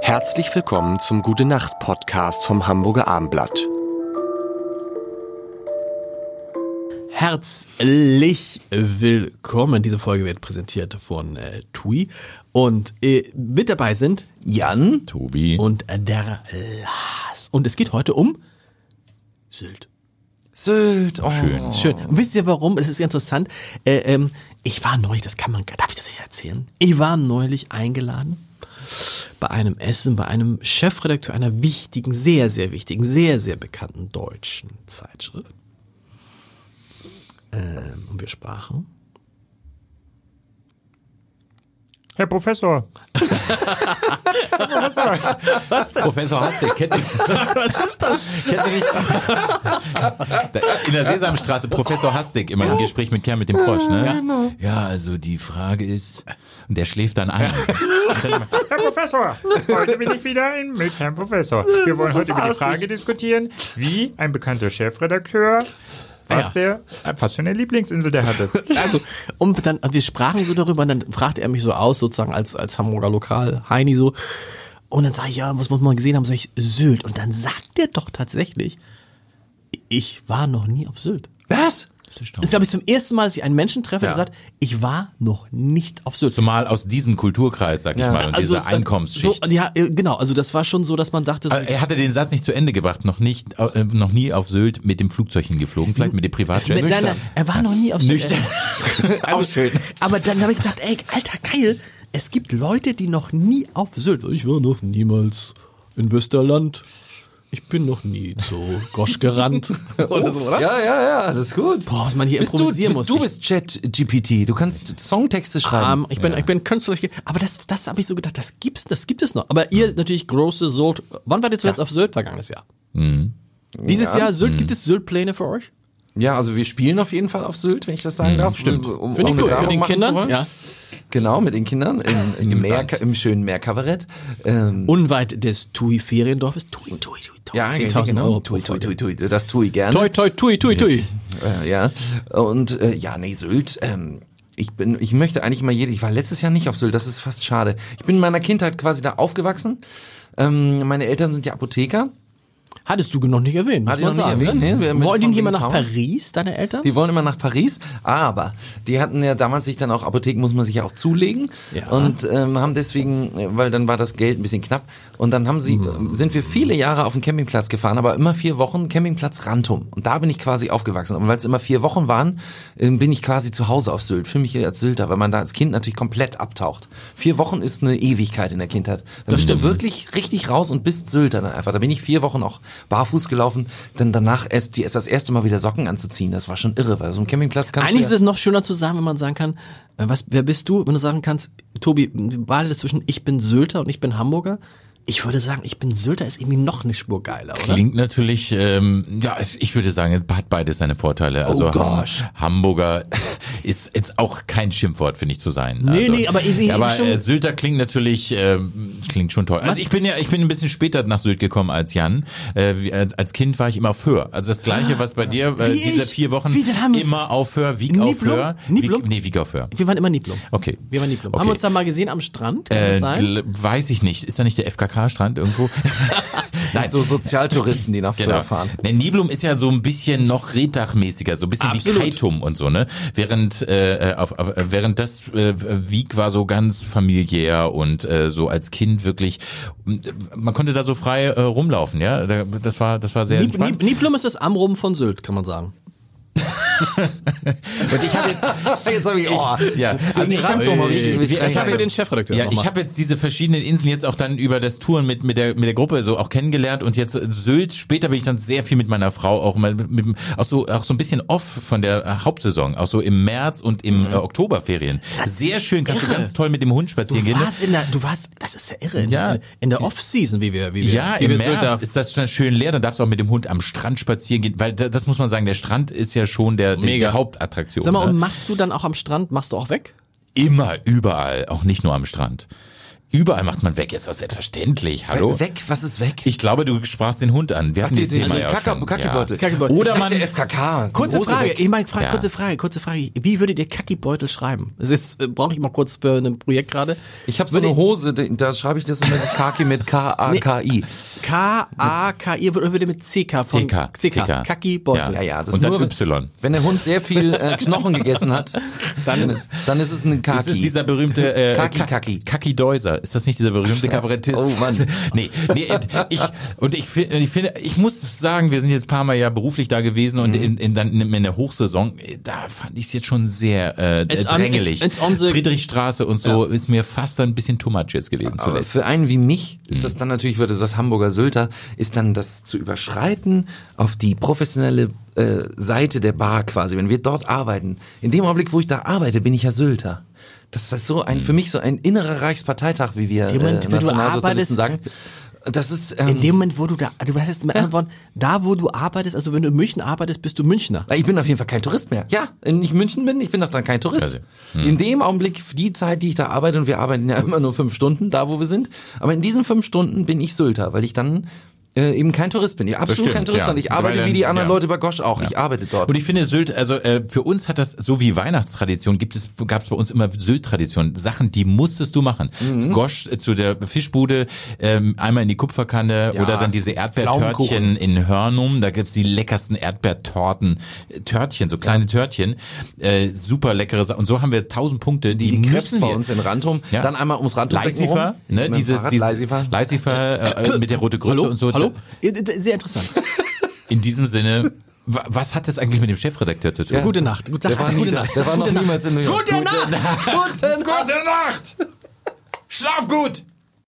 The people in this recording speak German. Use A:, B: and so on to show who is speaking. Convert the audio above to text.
A: Herzlich willkommen zum Gute Nacht Podcast vom Hamburger Armblatt.
B: Herzlich willkommen. Diese Folge wird präsentiert von äh, Tui. Und äh, mit dabei sind Jan
C: Tobi.
B: und der Lars. Und es geht heute um Sylt.
D: Sylt, oh.
C: Schön.
B: Schön. Und wisst ihr warum? Es ist interessant. Äh, ähm, ich war neulich, das kann man, darf ich das nicht erzählen? Ich war neulich eingeladen bei einem Essen, bei einem Chefredakteur einer wichtigen, sehr, sehr wichtigen, sehr, sehr bekannten deutschen Zeitschrift. Ähm, und wir sprachen.
E: Herr Professor. Herr Professor.
C: Professor Hastig, kennt ihr das?
B: Was ist das?
C: Kennt ihr nicht? Da- In der Sesamstraße, Professor Hastig, immer im Gespräch mit Kern mit dem Frosch, ne? Ja, also die Frage ist, und der schläft dann ein.
E: Herr Professor. Heute bin ich wieder in, mit Herrn Professor. Wir wollen heute über die Frage diskutieren, wie ein bekannter Chefredakteur, was der, äh, was für eine Lieblingsinsel der hatte.
B: Also, und dann, wir sprachen so darüber und dann fragte er mich so aus, sozusagen als, als Hamburger Lokal, Heini so. Und dann sage ich, ja, was muss man gesehen haben? Sag ich, Sylt. Und dann sagt er doch tatsächlich, ich war noch nie auf Sylt. Was? Das ist, glaube ich, zum ersten Mal, dass ich einen Menschen treffe, der
C: Genau. Ja.
B: sagt, ich war noch nicht auf Sylt.
C: Zumal aus diesem Kulturkreis, sag ich mal, und
B: Also
C: dieser
B: es ist-
C: Einkommensschicht. Äh,
B: So, ja, äh, genau, also das war schon so, dass man dachte, so,
C: Aber er hatte den Satz nicht zu Ende gebracht, noch nicht, äh, noch nie auf Sylt mit dem Flugzeug hingeflogen, vielleicht mit dem Privatjet.
B: Nein, nein, nein, er war noch nie auf Sylt.
C: Nüchtern.
B: Auch schön. Also, Aber dann habe ich gedacht, ey, alter, geil. Es gibt Leute, die noch nie auf Sylt. Ich war noch niemals in Westerland. Ich bin noch nie zu Gosch gerannt. Oder so, oder?
D: Ja, ja, ja, das ist gut.
B: Boah, was man hier
D: bist du,
B: improvisieren
D: bist,
B: muss.
D: du bist Chat-GPT, du kannst Songtexte schreiben.
B: Ähm, ich bin, ich bin künstlich. Aber das, das habe ich so gedacht, das gibt's, das gibt es noch. Aber ihr natürlich große Sylt. Wann wart ihr zuletzt auf Sylt? Vergangenes Jahr.
D: Mhm.
B: Dieses Jahr Sylt, gibt es Sylt-Pläne für euch?
D: ja, also wir spielen auf jeden Fall auf Sylt, wenn ich das sagen darf. Stimmt. Um,
B: Finde ich
D: ohne
B: Mhm. gut.
D: Werbung
B: Mit den
D: machen zu
B: Kindern?
D: wollen.
B: Ja.
D: Genau, mit den Kindern im, im, Meer,
C: Sand.
D: im schönen Meerkabarett. Ähm,
B: Unweit des Tui-Feriendorfes. Tui, Tui, Tui, Tui.
D: ja,
B: 10.000
D: genau.
B: Euro pro
D: Tui, tui,
B: Folge.
D: tui, tui, das tue ich gerne.
B: Toi, toi, tui, tui, tui.
D: Äh, ja. Und äh, ja, nee, Sylt. Ähm, ich bin, ich möchte eigentlich mal jede. Ich war letztes Jahr nicht auf Sylt. Das ist fast schade. Ich bin in meiner Kindheit quasi da aufgewachsen. Ähm, meine Eltern sind ja Apotheker.
B: Hattest du noch nicht erwähnt, muss
D: Hatte ich
B: man
D: noch
B: sagen.
D: nicht erwähnt,
B: ne?
D: ne? Wir- mit-
B: Wollen die
D: von
B: nicht immer nach
D: Frauen?
B: Paris, deine Eltern?
D: Die wollen immer nach Paris, aber die hatten ja damals sich dann auch Apotheken muss man sich ja auch zulegen
B: Ja.
D: und ähm, haben deswegen, äh, weil dann war das Geld ein bisschen knapp und dann haben sie
B: Mhm.
D: äh, sind wir viele Jahre auf den Campingplatz gefahren, aber immer vier Wochen Campingplatz Rantum und da bin ich quasi aufgewachsen und weil es immer vier Wochen waren, ähm, bin ich quasi zu Hause auf Sylt, fühle mich als Sylter, weil man da als Kind natürlich komplett abtaucht. Vier Wochen ist eine Ewigkeit in der Kindheit. Dann bist du wirklich richtig raus und bist Sylter dann einfach. Da bin ich vier Wochen auch barfuß gelaufen, denn danach erst, die, erst das erste Mal wieder Socken anzuziehen, das war schon irre, weil so ein Campingplatz kannst
B: Eigentlich ist
D: du ja,
B: es noch schöner zu sagen, wenn man sagen kann, äh, was, wer bist du? Wenn du sagen kannst, Tobi, Wahl dazwischen, ich bin Sylter und ich bin Hamburger. Ich würde sagen, ich bin Sylter, ist irgendwie noch eine Spur geiler, oder?
C: Klingt natürlich, ähm, ja, es- ich würde sagen, es hat beides seine Vorteile. Also Ham
B: Oh gosh.
C: Hamburger ist jetzt auch kein Schimpfwort, finde ich, zu sein.
B: Nee,
C: also,
B: nee, aber irgendwie
C: aber
B: schon-
C: äh, Sylter klingt natürlich, ähm, klingt schon toll. Also ich bin ja, ich bin ein bisschen später nach Sylt gekommen als Jan. Äh, wie, als, als Kind war ich immer auf Föhr. Also das Gleiche, was bei dir, äh,
B: Ah, Wie
C: diese
B: ich.
C: vier Wochen,
B: Wie, dann haben wir uns-
C: immer auf Föhr, Wieg auf
B: Niblum?
C: Föhr.
B: Niblum?
C: Wieg, nee, Wieg auf Föhr.
B: Wir waren immer Niblum.
C: Okay.
B: Wir waren Niblum.
C: Okay.
B: Haben wir uns da mal gesehen am Strand, kann
C: Äh,
B: das sein?
C: gl- weiß ich nicht. Ist da nicht der FKK-Strand irgendwo? Nein,
D: so Sozialtouristen, die nach
B: Genau.
D: Föhr fahren.
C: Ne, Niblum ist ja so ein bisschen noch Reddachmäßiger, so ein bisschen
B: Absolut.
C: wie Kaitum und so, ne? Während äh, auf, auf, während das äh, Wieg war so ganz familiär und äh, so als Kind wirklich man konnte da so frei äh, rumlaufen, ja? Da- Das war das war sehr
B: Nib
C: entspannt.
B: Nib Niblum ist das Amrum von Sylt, kann man sagen.
C: Und ich habe jetzt
D: Jetzt hab ich, oh,
C: ja, also ich habe
D: Randturm hab ich- mit-
C: ich hab
D: für
C: jetzt-
D: den
B: Chefredakteur
C: Ja,
B: noch mal.
C: ich habe jetzt diese verschiedenen Inseln jetzt auch dann über das Touren mit mit der mit der Gruppe so auch kennengelernt und jetzt äh, Sylt. Später bin ich dann sehr viel mit meiner Frau auch mal mit, mit, auch so auch so ein bisschen off von der äh, Hauptsaison, auch so im März und im äh, Oktoberferien. Sehr schön, kannst
B: Mhm. irre.
C: du ganz toll mit dem Hund
B: Du
C: spazieren gehen. ne?
B: warst in der, du warst, das ist ja irre, in,
C: Ja.
B: in der Off-Season, wie wir, wie wir,
C: Ja,
B: wie
C: im
B: wir
C: März ist das schon schön leer, dann darfst du auch mit dem Hund am Strand spazieren gehen, weil da, das muss man sagen, der Strand ist ja schon der, der,
B: Mega.
C: der Hauptattraktion.
B: Sag mal,
C: ne?
B: und machst du dann auch am Strand, machst du auch weg?
C: immer überall, auch nicht nur am Strand. Überall macht man weg, ist doch selbstverständlich. Hallo?
D: Äh, Weg, was ist weg?
C: Ich glaube, du sprachst den Hund an. Wir hatten
D: die-
C: dieses Thema
D: die
C: ja
D: Kacke-
C: schon.
D: Kackebeutel.
C: Ja.
B: Kackebeutel.
C: Oder
D: Ich
C: man,
D: dachte, FKK. die
B: Kurze
D: Hose
B: Frage,
D: weg.
B: ich meine, Frage,
C: Ja.
B: kurze Frage, kurze Frage. Wie würdet ihr Kackibeutel schreiben? Das ist, äh, brauche ich mal kurz für ein Projekt gerade.
D: Ich habe so eine Hose, die- da schreibe ich das immer das Kaki mit K-A-K-I.
B: K-A-K-I, oder würde mit CK von
C: CK, CK.
B: Kackibeutel.
D: Ja, ja, das
C: Und
D: ist
C: dann
D: nur,
C: Y.
D: Wenn der Hund sehr viel äh, Knochen gegessen hat, dann, dann ist es ein
C: Das ist
D: Kaki.
C: dieser berühmte äh,
D: Kaki,
C: Ka-
D: Kaki.
C: Kaki Deuser. Ist das nicht dieser berühmte Kabarettist?
D: Oh, Mann.
C: nee, nee, ich und ich, fi- ich finde, ich muss sagen, wir sind jetzt ein paar Mal ja beruflich da gewesen und
D: Mhm.
C: in, in, dann in der Hochsaison, da fand ich es jetzt schon sehr äh,
B: It's on-
C: drängelig.
B: it's- it's on the-
C: Friedrichstraße und so ist mir fast ein bisschen too much jetzt gewesen
D: Aber
C: zuletzt.
D: für einen wie mich ist
B: Mhm.
D: das dann natürlich, würde das Hamburger Sylter, ist dann das zu überschreiten auf die professionelle äh, Seite der Bar quasi. Wenn wir dort arbeiten, in dem Augenblick, wo ich da arbeite, bin ich ja Sylter. Das ist so ein, für mich so ein innerer Reichsparteitag, wie wir äh,
B: Dem Moment, Mhm. wenn du
D: Nationalsozialisten
B: arbeitest-
D: sagen. Das ist, ähm,
B: In dem Moment, wo du da, du hast jetzt mit anderen Worten, da wo du arbeitest, also wenn du in München arbeitest, bist du Münchner.
D: Na, Ich bin auf jeden Fall kein Tourist mehr. Ja, wenn ich in München bin, ich bin doch dann kein Tourist.
C: Also,
D: In dem Augenblick, die Zeit, die ich da arbeite, und wir arbeiten ja immer nur fünf Stunden, da wo wir sind, aber in diesen fünf Stunden bin ich Sylter, weil ich dann äh, eben kein Tourist bin. Ich absolut
C: stimmt,
D: kein Tourist,
C: ja.
D: sondern ich arbeite
C: Weil dann-
D: wie die anderen
C: ja.
D: Leute bei Gosch auch. Ich arbeite dort.
C: Und ich finde Sylt, also äh, für uns hat das so wie Weihnachtstradition gibt es gab es bei uns immer Sylt-Tradition, Sachen, die musstest du machen.
D: Mhm.
C: Gosch äh, zu der Fischbude, ähm, einmal in die Kupferkanne
D: Ja,
C: oder dann diese
D: Pflaumenkuchen.
C: Erdbeertörtchen in Hörnum. Da gibt's die leckersten Erdbeertorten, äh, Törtchen, so kleine Törtchen, äh, super leckere Sachen. Und so haben wir tausend Punkte, die,
D: die Krebs
C: müssen
D: bei
C: wir-
D: uns in Rantum,
C: Ja.
D: dann einmal ums Rantum
C: Leisifer, ne,
D: mit dieses,
C: dieses,
D: Fahrrad,
C: dieses
D: Leisifer.
C: Leisifer, äh, mit der rote Grütze
B: Hallo?
C: und so.
B: Hallo? Sehr interessant.
C: In diesem Sinne, wa- was hat das eigentlich mit dem Chefredakteur zu tun?
B: Gute Nacht. Gute
D: Der war,
B: Nacht.
D: nie,
B: Gute
D: da.
B: Nacht.
D: der war noch niemals in New York.
B: Gute Nacht.
C: Gute Nacht! Schlaf gut!